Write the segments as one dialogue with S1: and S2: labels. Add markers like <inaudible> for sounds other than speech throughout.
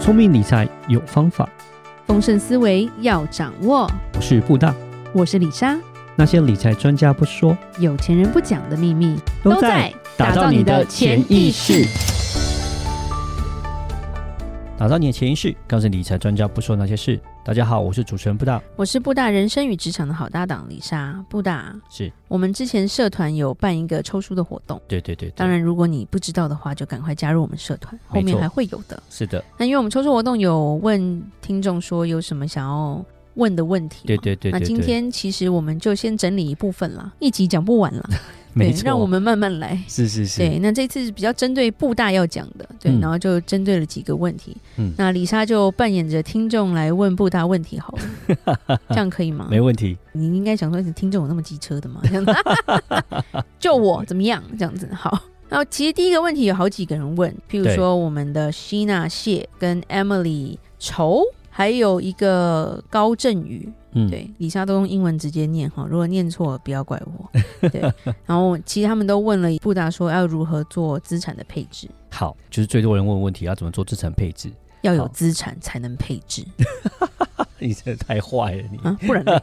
S1: 聪明理财有方法，
S2: 丰盛思维要掌握。
S1: 我是布大。
S2: 我是李莎，
S1: 那些理财专家不说，
S2: 有钱人不讲的秘密
S1: 打造你的潜意识。。打造你的潜意识，告诉理财专家不说那些事。大家好，我是主持人布大，
S2: 我是布大人生与职场的好搭档李莎。布大，
S1: 是
S2: 我们之前社团有办一个抽书的活动，
S1: 对对对对，
S2: 当然如果你不知道的话，就赶快加入我们社团，
S1: 没错
S2: 后面还会有的。
S1: 是的，
S2: 那因为我们抽书活动有问听众说有什么想要问的问题嘛，
S1: 对对对对对
S2: 那今天其实我们就先整理一部分啦，一集讲不完啦，对
S1: 没错，
S2: 让我们慢慢来。
S1: 是是是，
S2: 对，那这次是比较针对布大要讲的，对，
S1: 嗯
S2: 然后就针对了几个问题。
S1: 嗯
S2: 那李莎就扮演着听众来问布大问题好了，
S1: <laughs>
S2: 这样可以吗？
S1: 没问题。
S2: 你应该想说，听众有那么机车的吗？这样子，
S1: <laughs>
S2: 就我怎么样？这样子好。然后其实第一个问题有好几个人问，譬如
S1: 对
S2: 说我们的希娜谢跟 Emily 仇，还有一个高振宇，
S1: 嗯，
S2: 对，李莎都用英文直接念哈，如果念错不要怪
S1: <laughs>
S2: 我。对，然后其实他们都问了布达说要如何做资产的配置，
S1: 好，就是最多人问问题，要怎么做资产配
S2: <laughs>
S1: 置？
S2: 要有
S1: 好
S2: 资产才能配
S1: <laughs>
S2: 置
S1: 你真的太坏了，你、
S2: 啊，不然呢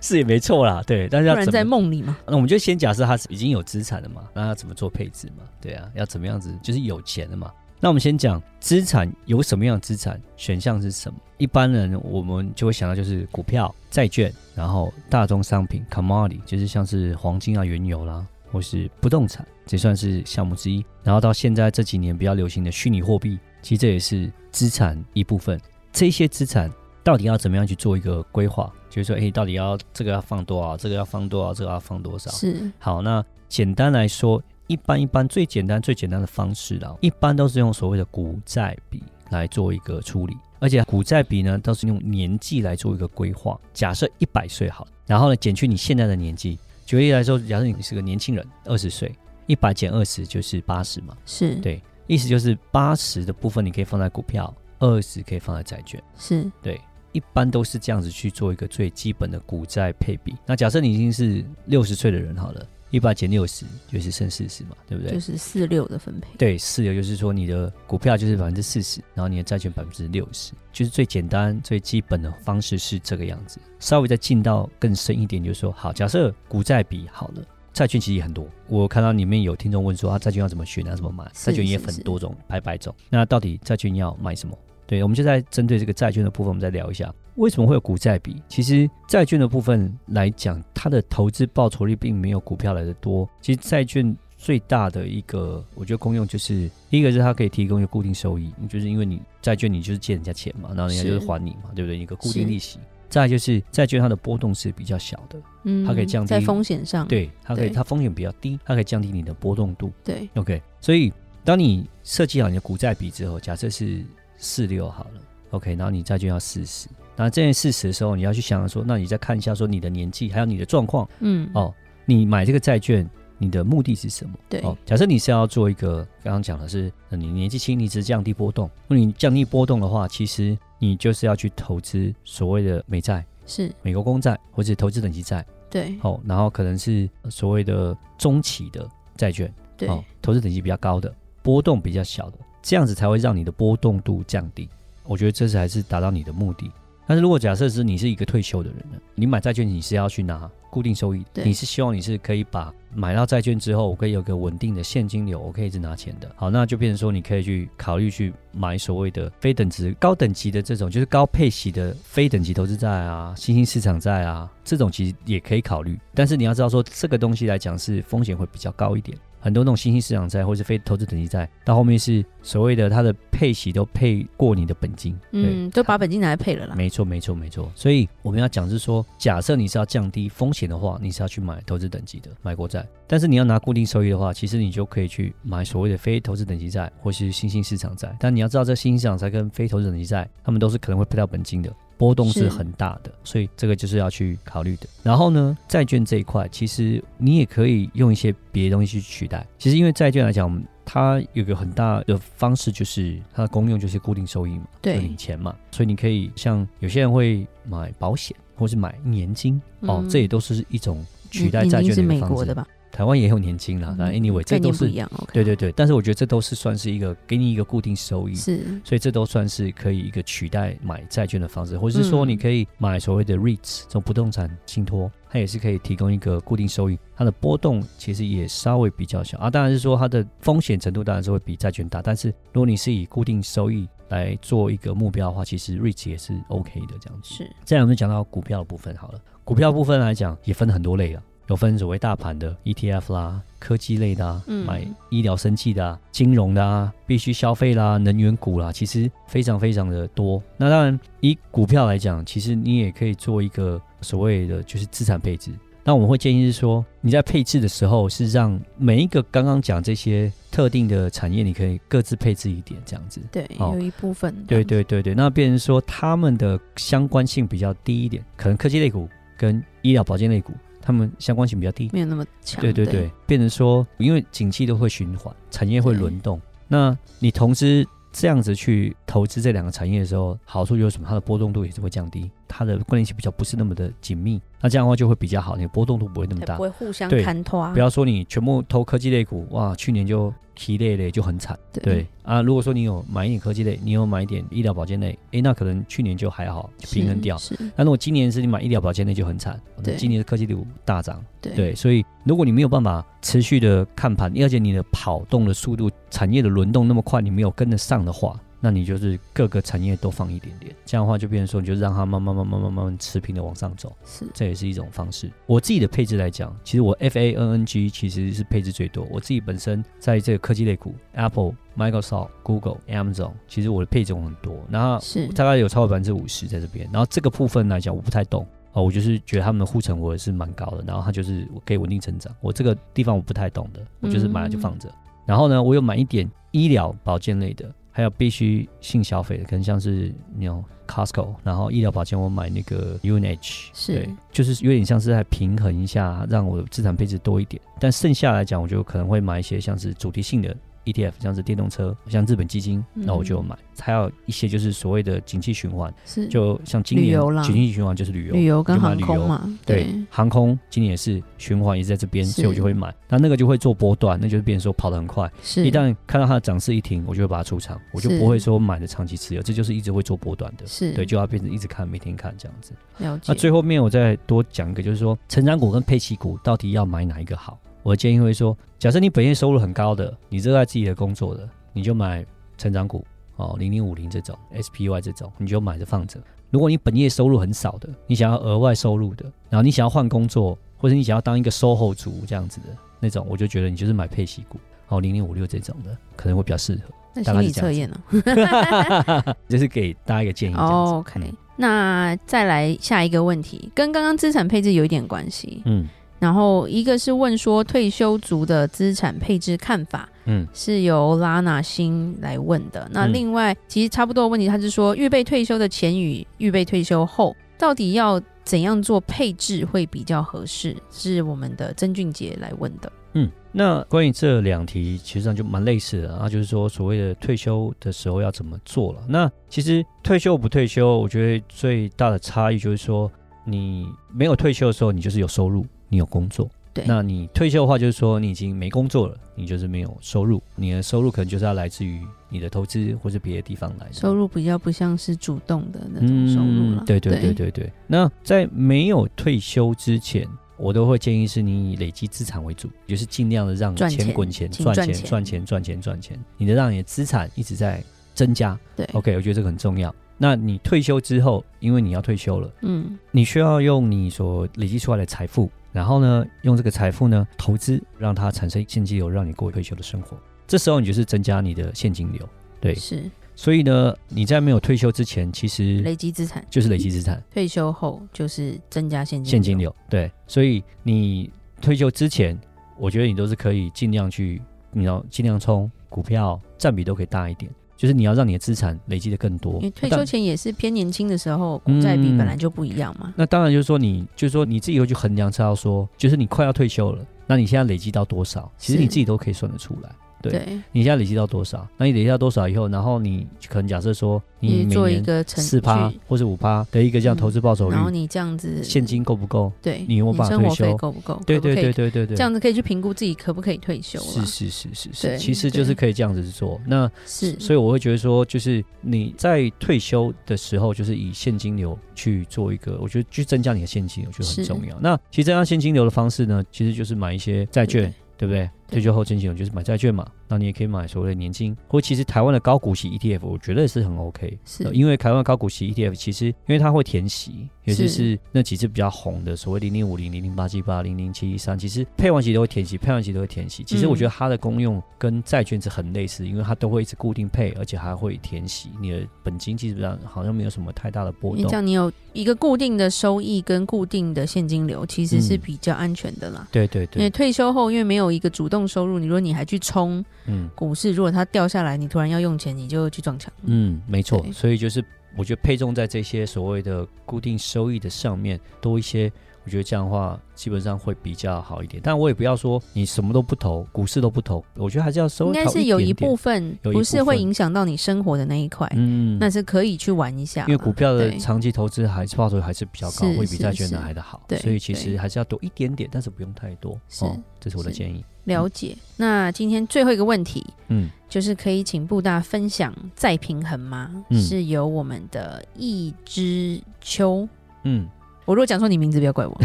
S1: 是也没错啦，对，但是
S2: 不
S1: <laughs> 要
S2: 然
S1: 怎
S2: 在
S1: 么
S2: 梦里嘛。
S1: 那我们就先假设他是已经有资产了嘛，那要怎么做配置嘛？对啊，要怎么样子就是有钱了嘛。那我们先讲资产有什么样的资产选项是什么？一般人我们就会想到就是股票、债券，然后大宗商品 （commodity） 就是像是黄金啊、原油啦，或是不动产，这算是项目之一。然后到现在这几年比较流行的虚拟货币，其实这也是资产一部分。这些资产到底要怎么样去做一个规划？就是说，诶，到底要这个要放多少，这个要放多少，这个要放多少？
S2: 是，
S1: 好，那简单来说，一般一般最简单最简单的方式啦，一般都是用所谓的股债比来做一个处理，而且股债比呢都是用年纪来做一个规划。假设一百岁好，然后呢减去你现在的年纪，举例来说，假设你是个年轻人，二十岁，一百减二十就是八十嘛，
S2: 是，
S1: 对意思就是八十的部分你可以放在股票，二十可以放在债券。
S2: 是，
S1: 对，一般都是这样子去做一个最基本的股债配比。那假设你已经是六十岁的人好了，一百减六十就是剩四十嘛，对不对？
S2: 就是四六的分配。
S1: 对，四也就是说你的股票就是百分之四十，然后你的债券百分之六十，就是最简单、最基本的方式是这个样子。稍微再进到更深一点，就是说，好，假设股债比好了。债券其实也很多，我看到里面有听众问说啊，债券要怎么选啊，怎么买？
S2: 是
S1: 债券也
S2: 是
S1: 很
S2: 是
S1: 多种，百百种。那到底债券要买什么？对，我们就在针对这个债券的部分，我们再聊一下为什么会有股债比。其实债券的部分来讲，它的投资报酬率并没有股票来的多。其实债券最大的一个，我觉得功用就是第一个是它可以提供一个固定收益，就是因为你债券你就是借人家钱嘛，然后人家
S2: 是
S1: 就是还你嘛，对不对？一个固
S2: 是
S1: 定利息。再来就是债券它的波动是比较小的，
S2: 嗯，
S1: 它可以降低
S2: 在风险上。
S1: 对，它可以
S2: 对
S1: 它风险比较低，它可以降低你的波动度。
S2: 对，
S1: OK，所以当你设计好你的股债比之后，假设是四六好了，OK，然后你债券要四十，那这件事实的时候，你要去想说，那你再看一下说你的年纪还有你的状况
S2: 嗯，
S1: 哦，你买这个债券。你的目的是什么？
S2: 对
S1: 哦，假设你是要做一个，刚刚讲的是，呃你年纪轻，你只是降低波动。那你降低波动的话，其实你就是要去投资所谓的美债、
S2: 是，
S1: 美国公债或者投资等级债，
S2: 对，
S1: 哦，然后可能是所谓的中期的债券。
S2: 对，
S1: 哦，投资等级比较高的，波动比较小的，这样子才会让你的波动度降低。我觉得这才是达到你的目的。但是如果假设是你是一个退休的人呢，你买债券你是要去拿固定收益的，
S2: 对
S1: 你是希望你是可以把买到债券之后，我可以有个稳定的现金流，我可以一直拿钱的。好，那就变成说你可以去考虑去买所谓的非等值高等级的这种，就是高配息的非等级投资债啊、新兴市场债啊，这种其实也可以考虑。但是你要知道说这个东西来讲是风险会比较高一点。很多那种新兴市场债或是非投资等级债，到后面是所谓的它的配息都配过你的本金，
S2: 嗯，
S1: 对
S2: 都把本金拿来配了啦。
S1: 没错，没错，没错。所以我们要讲是说，假设你是要降低风险的话，你是要去买投资等级的，买国债。但是你要拿固定收益的话，其实你就可以去买所谓的非投资等级债或是新兴市场债。但你要知道，这新兴市场债跟非投资等级债，他们都是可能会配到本金的。波动
S2: 是
S1: 是很大的，所以这个就是要去考虑的。然后呢，债券这一块，其实你也可以用一些别的东西去取代。其实因为债券来讲，我们它有一个很大的方式，就是它的功用就是固定收益嘛，
S2: 对
S1: 就领钱嘛，所以你可以像有些人会买保险，或是买年金、哦
S2: 嗯，
S1: 这也都是一种取
S2: 你
S1: 代
S2: 你
S1: 债
S2: 您
S1: 券
S2: 是
S1: 的一
S2: 美
S1: 个方
S2: 国
S1: 式
S2: 的。吧？
S1: 台湾也有年金啦，
S2: 嗯
S1: 那 anyway 这
S2: 概
S1: 都
S2: 念不
S1: 是
S2: 一样，OK，
S1: 对对对，但是我觉得这都是算是一个给你一个固定收益，
S2: 是
S1: 所以这都算是可以一个取代买债券的方式，或者是说
S2: 嗯
S1: 你可以买所谓的 REITs 这种不动产信托，它也是可以提供一个固定收益，它的波动其实也稍微比较小啊。当然是说它的风险程度当然是会比债券大，但是如果你是以固定收益来做一个目标的话，其实 REITs 也是 OK 的这样子。
S2: 是，
S1: 再来我们讲到股票的部分好了，股票部分来讲也分很多类啊，有分所谓大盘的 ETF 啦、科技类的、啊、
S2: 嗯
S1: 买医疗生技的、啊、金融的啊、必须消费啦、能源股啦，其实非常非常的多。那当然，以股票来讲，其实你也可以做一个所谓的就是资产配置。那我们会建议是说，你在配置的时候是让每一个刚刚讲这些特定的产业，你可以各自配置一点这样子。
S2: 对，
S1: 哦
S2: 有一部分，
S1: 对，对对对，那变成说他们的相关性比较低一点，可能科技类股跟医疗保健类股，他们相关性比较低。
S2: 没有那么强，
S1: 对对对，变成说，因为景气都会循环，产业会轮动，那你同时这样子去投资这两个产业的时候，好处就是什么？它的波动度也是会降低，它的关联性比较不是那么的紧密，那这样的话就会比较好，你的波动度不会那么
S2: 才
S1: 大
S2: 不。会互相
S1: 对
S2: 看拖啊，
S1: 不要说你全部投科技类股，哇，去年就疲累累就很惨。
S2: 嗯
S1: 对啊，如果说你有买一点科技类，你有买一点医疗保健类，诶，那可能去年就还好，就平衡掉。
S2: 是，是
S1: 那如果今年是你买医疗保健类就很惨，
S2: 对
S1: 今年的科技股大涨，
S2: 对
S1: 对，所以如果你没有办法持续的看盘，而且你的跑动的速度、产业的轮动那么快，你没有跟得上的话，那你就是各个产业都放一点点，这样的话就变成说，你就让它慢慢、慢慢、慢慢、慢慢持平的往上走。
S2: 是
S1: 这也是一种方式。我自己的配置来讲，其实我 F A N N G 其实是配置最多。我自己本身在这个科技类股，Apple、Microsoft、Google、Amazon，其实我的配种很多，然后
S2: 是
S1: 大概有超过百分之五十在这边。然后这个部分来讲，我不太懂。哦，我就是觉得他们的护城河是蛮高的，然后它就是可以稳定成长。我这个地方我不太懂的，我就是买了就放着。然后呢，我有买一点医疗保健类的，还有必须性消费的，可能像是那种 Costco，然后医疗保健我买那个 UNH，
S2: 是
S1: 对，就是有点像是在平衡一下，让我的资产配置多一点。但剩下来讲，我就可能会买一些像是主题性的 ETF，像是 E 电动车，像日本基金，
S2: 嗯
S1: 那我就有买。还有一些就是所谓的景气循环，
S2: 是，
S1: 就像今
S2: 旅
S1: 年
S2: 游啦
S1: 景气循环就是旅游，
S2: 旅游跟
S1: 就买
S2: 航
S1: 旅游
S2: 空嘛，
S1: 对，航空今年也是循环，也是在这边，
S2: 是
S1: 所以我就会买。那那个就会做波段，那就是变成说跑得很快。
S2: 是
S1: 一旦看到它的涨势一停，我就会把它出场，我就是不会说买的长期持有，这就是一直会做波段的。
S2: 是
S1: 对，就要变成一直看，每天看这样子。
S2: 了解，
S1: 那最后面我再多讲一个，就是说成长股跟配息股到底要买哪一个好？我的建议会说，假设你本业收入很高的，你热爱自己的工作的，你就买成长股哦，零零五零这种 SPY 这种，你就买着放着。如果你本业收入很少的，你想要额外收入的，然后你想要换工作，或者你想要当一个售后族这样子的那种，我就觉得你就是买配息股哦，零零五六这种的可能会比较
S2: <laughs>
S1: 适合。
S2: 那
S1: 大
S2: 心
S1: 概是
S2: 理
S1: 这
S2: 测
S1: 样 <laughs>
S2: <laughs> 验呢？
S1: 这是给大家一个建议这样子。
S2: 哦，OK，
S1: 嗯
S2: 那再来下一个问题，跟刚刚资产配置有一点关系。
S1: 嗯
S2: 然后一个是问说退休族的资产配置看法，
S1: 嗯，
S2: 是由拉娜星来问的。那
S1: 嗯
S2: 另外、其实差不多的问题，他是说预备退休的前与预备退休后到底要怎样做配置会比较合适，是我们的曾俊杰来问的。
S1: 嗯，那关于这两题，其实上就蛮类似的啊，就是说所谓的退休的时候要怎么做了。那其实退休不退休，我觉得最大的差异就是说，你没有退休的时候，你就是有收入，你有工作。
S2: 对
S1: 那你退休的话，就是说你已经没工作了，你就是没有收入，你的收入可能就是要来自于你的投资或是别的地方来的
S2: 收入比较不像是主动的那种收入了、
S1: 嗯对对对对对。那在没有退休之前，我都会建议是你以累积资产为主，就是尽量的让
S2: 赚
S1: 钱
S2: 钱
S1: 滚钱，
S2: 请
S1: 赚
S2: 赚
S1: 钱
S2: 钱
S1: 赚钱赚钱赚钱，你的让你的资产一直在增加。
S2: 对
S1: OK，我觉得这个很重要。那你退休之后，因为你要退休了，
S2: 嗯，
S1: 你需要用你所累积出来的财富，然后呢，用这个财富呢投资，让它产生现金流，让你过退休的生活。这时候你就是增加你的现金流。对
S2: 是
S1: 所以呢，你在没有退休之前，其实
S2: 累积资产，
S1: 就是累积资产。
S2: 退休后就是增加现金
S1: 现金流。对，所以你退休之前，我觉得你都是可以尽量去，你要尽量冲股票，占比都可以大一点，就是你要让你的资产累积的更多。
S2: 因为退
S1: 那
S2: 休
S1: 当
S2: 前也是偏年轻的时候，股债比
S1: 嗯
S2: 本来就不一样嘛。
S1: 那当然就是说你，就是说你自己会去衡量，知道说，就是你快要退休了，那你现在累积到多少，其实
S2: 是
S1: 你自己都可以算得出来。对
S2: 对，
S1: 你现在累积到多少？那你累积到多少以后，然后你可能假设说你
S2: 你
S1: 每
S2: 做一
S1: 年
S2: 个程
S1: 四趴
S2: 序
S1: 或者五趴的一个这样投资报酬率
S2: 然，后你这样子
S1: 现金够不够？
S2: 对，
S1: 你有没有办法
S2: 生活
S1: 退休
S2: 费够不够？
S1: 对
S2: 可不
S1: 对
S2: 可以
S1: 对对对对，
S2: 这样子可以去评估自己可不可以退休啊
S1: 是
S2: 了。
S1: 是是是是，
S2: 对
S1: 其实就是
S2: 对嗯
S1: 可以这样子做。那
S2: 是
S1: 所以我会觉得说，就是你在退休的时候，就是以现金流去做一个，我觉得去增加你的现金流就很
S2: 是
S1: 重要。那其实增加现金流的方式呢，其实就是买一些债券
S2: 对。
S1: 对不对？退休后现金流就是买债券嘛，那你也可以买所谓的年金，或其实台湾的高股息 ETF，我觉得是很 OK。
S2: 是
S1: 呃因为台湾高股息 ETF 其实因为它会填息，尤其
S2: 是
S1: 是那几只比较红的，所谓零零五零、零零八七八、零零七一三，其实配完息都会填息，配完息都会填息。其实我觉得
S2: 嗯
S1: 它的功用跟债券是很类似，因为它都会一直固定配，而且还会填息，你的本金基本上好像没有什么太大的波
S2: 因为这
S1: 动。
S2: 样你有一个固定的收益跟固定的现金流，其实是
S1: 嗯
S2: 比较安全的啦。
S1: 对对
S2: 因
S1: 对，
S2: 为退休后，因为没有一个主动收入，你如果你还去冲
S1: 嗯
S2: 股市，如果它掉下来，你突然要用钱，你就去撞墙。
S1: 嗯，没错。
S2: 对
S1: 所以就是我觉得配重在这些所谓的固定收益的上面多一些。我觉得这样的话，基本上会比较好一点。但我也不要说你什么都不投，股市都不投，我觉得还是要收。
S2: 应该是有
S1: 一
S2: 一
S1: 点点
S2: 部分
S1: 有一
S2: 不是
S1: 部分
S2: 会影响到你生活的那一块，
S1: 嗯
S2: 那是啊可以去玩一下啦。
S1: 因为股票的
S2: 对
S1: 长期投资还是报酬还是比较高，会
S2: 是
S1: 比
S2: 是
S1: 债券的
S2: 是
S1: 来的好，
S2: 对
S1: 所以其实
S2: 对
S1: 还是要多一点点，但是不用太多。
S2: 是
S1: 哦，这是我的
S2: 是
S1: 建议。
S2: 了解。那今天最后一个问题，
S1: 嗯，
S2: 就是可以请布大分享再平衡吗？
S1: 嗯
S2: 是由我们的一枝秋。
S1: 嗯，
S2: 我如果讲错你名字，不
S1: <laughs>
S2: 要怪我，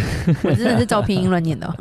S2: 我真的是照拼音乱念的哦。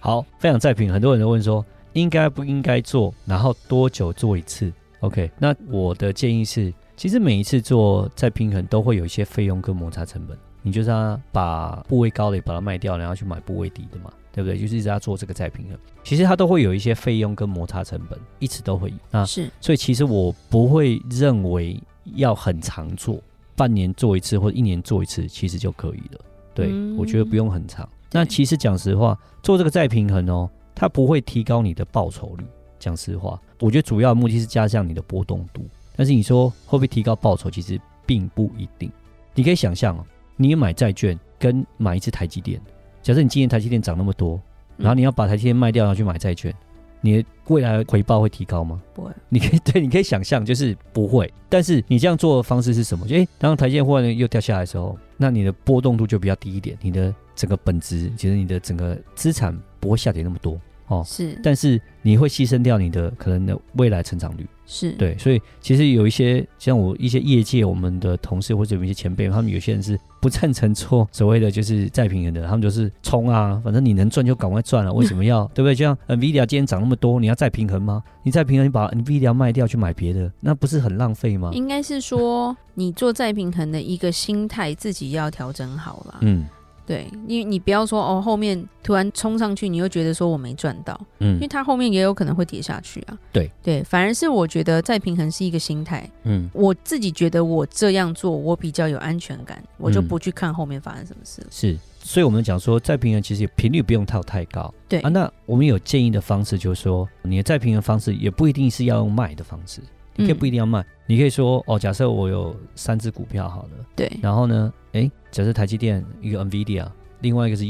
S1: 好，非常再评，很多人都问说应该不应该做，然后多久做一次？OK，那我的建议是，其实每一次做再平衡都会有一些费用跟摩擦成本，你就是要把部位高的也把它卖掉，然后去买部位低的嘛，对不对？就是一直要做这个再平衡，其实它都会有一些费用跟摩擦成本，一直都会有。那
S2: 是
S1: 所以其实我不会认为要很常做，半年做一次或者一年做一次，其实就可以了。对，
S2: 嗯
S1: 我觉得不用很长。那其实讲实话，做这个再平衡哦，它不会提高你的报酬率。讲实话，我觉得主要的目的是加强你的波动度。但是你说会不会提高报酬，其实并不一定。你可以想象哦，你买债券跟买一只台积电，假设你今年台积电涨那么多，然后你要把台积电卖掉，然后去买债券，你的未来的回报会提高吗？
S2: 不会
S1: 你可以 <laughs> 对，你可以想象，就是不会。但是你这样做的方式是什么？就诶，当台阶忽然又掉下来的时候，那你的波动度就比较低一点，你的整个本质，其实你的整个资产不会下跌那么多哦。
S2: 是
S1: 但是你会牺牲掉你的可能的未来成长率，
S2: 是，
S1: 对，所以其实有一些像我一些业界我们的同事或者有一些前辈，他们有些人是不赞成做所谓的就是再平衡的，他们就是冲啊，反正你能赚就赶快赚了、啊为什么要对不对？就像呃 Nvidia 今天涨那么多，你要再平衡吗？你再平衡，你把 Nvidia 卖掉去买别的，那不是很浪费吗？
S2: 应该是说你做再平衡的一个心态自己要调整好了。
S1: 嗯
S2: 对，因为你不要说哦，后面突然冲上去，你又觉得说我没赚到，因为
S1: 嗯
S2: 它后面也有可能会跌下去啊。
S1: 对
S2: 对，反而是我觉得再平衡是一个心态。
S1: 嗯，
S2: 我自己觉得我这样做，我比较有安全感，我就
S1: 嗯
S2: 不去看后面发生什么事了。
S1: 是。所以我们讲说再平衡其实频率不用套太高
S2: 对
S1: 啊。那我们有建议的方式就是说，你的再平衡方式也不一定是要用卖的方式。你可以不一
S2: 嗯、
S1: 定要卖，你可以说哦，假设我有三只股票好了，
S2: 对，
S1: 然后呢，诶，假设台积电一个 NVIDIA，另外一个是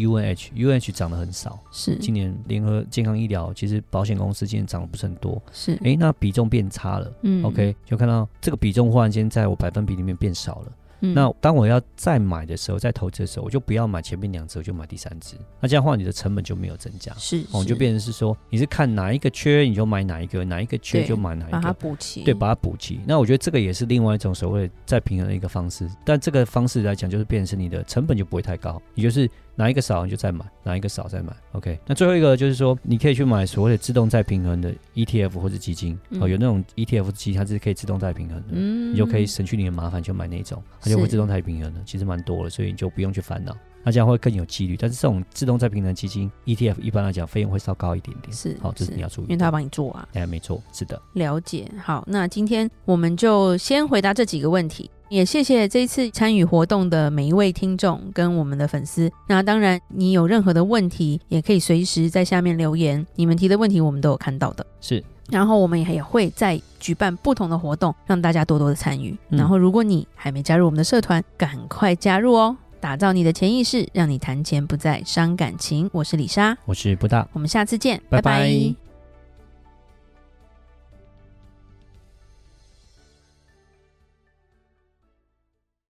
S1: UNH，UNH 涨得很少，
S2: 是
S1: 今年联合健康医疗其实保险公司今年涨得不是很多，
S2: 是，
S1: 诶，那比重变差了。
S2: 嗯
S1: OK，就看到这个比重忽然间在我百分比里面变少了。
S2: 嗯
S1: 那当我要再买的时候，再投资的时候，我就不要买前面两只，我就买第三只。那这样的话，你的成本就没有增加，
S2: 是
S1: 哦，
S2: 是
S1: 就变成是说你是看哪一个缺你就买哪一个，哪一个缺
S2: 对
S1: 就买哪一
S2: 把
S1: 个
S2: 它，补齐，
S1: 对，把它补齐。那我觉得这个也是另外一种所谓再平衡的一个方式，但这个方式来讲，就是变成是你的成本就不会太高，也就是哪一个少你就再买，哪一个少再买。OK，那最后一个就是说，你可以去买所谓的自动再平衡的 ETF 或者基金，哦，
S2: 嗯
S1: 有那种 ETF 基金它是可以自动再平衡的。
S2: 嗯，
S1: 你就可以省去你的麻烦，就买那种，它就是会自动再平衡了。其实蛮多了，所以你就不用去烦恼，那这样会更有纪律。但是这种自动再平衡基金 ETF 一般来讲费用会稍高一点点，
S2: 是
S1: 好，这是你要注意
S2: 因
S1: 的。
S2: 为他帮你做啊。
S1: 哎，没错，是的，
S2: 了解，好，那今天我们就先回答这几个问题，也谢谢这一次参与活动的每一位听众跟我们的粉丝。那当然，你有任何的问题，也可以随时在下面留言，你们提的问题我们都有看到的。
S1: 是
S2: 然后我们也会再举办不同的活动，让大家多多的参与。
S1: 嗯
S2: 然后，如果你还没加入我们的社团，赶快加入哦！打造你的潜意识，让你谈钱不再伤感情。我是李莎，
S1: 我是布大。
S2: 我们下次见，
S1: 拜拜
S2: 拜拜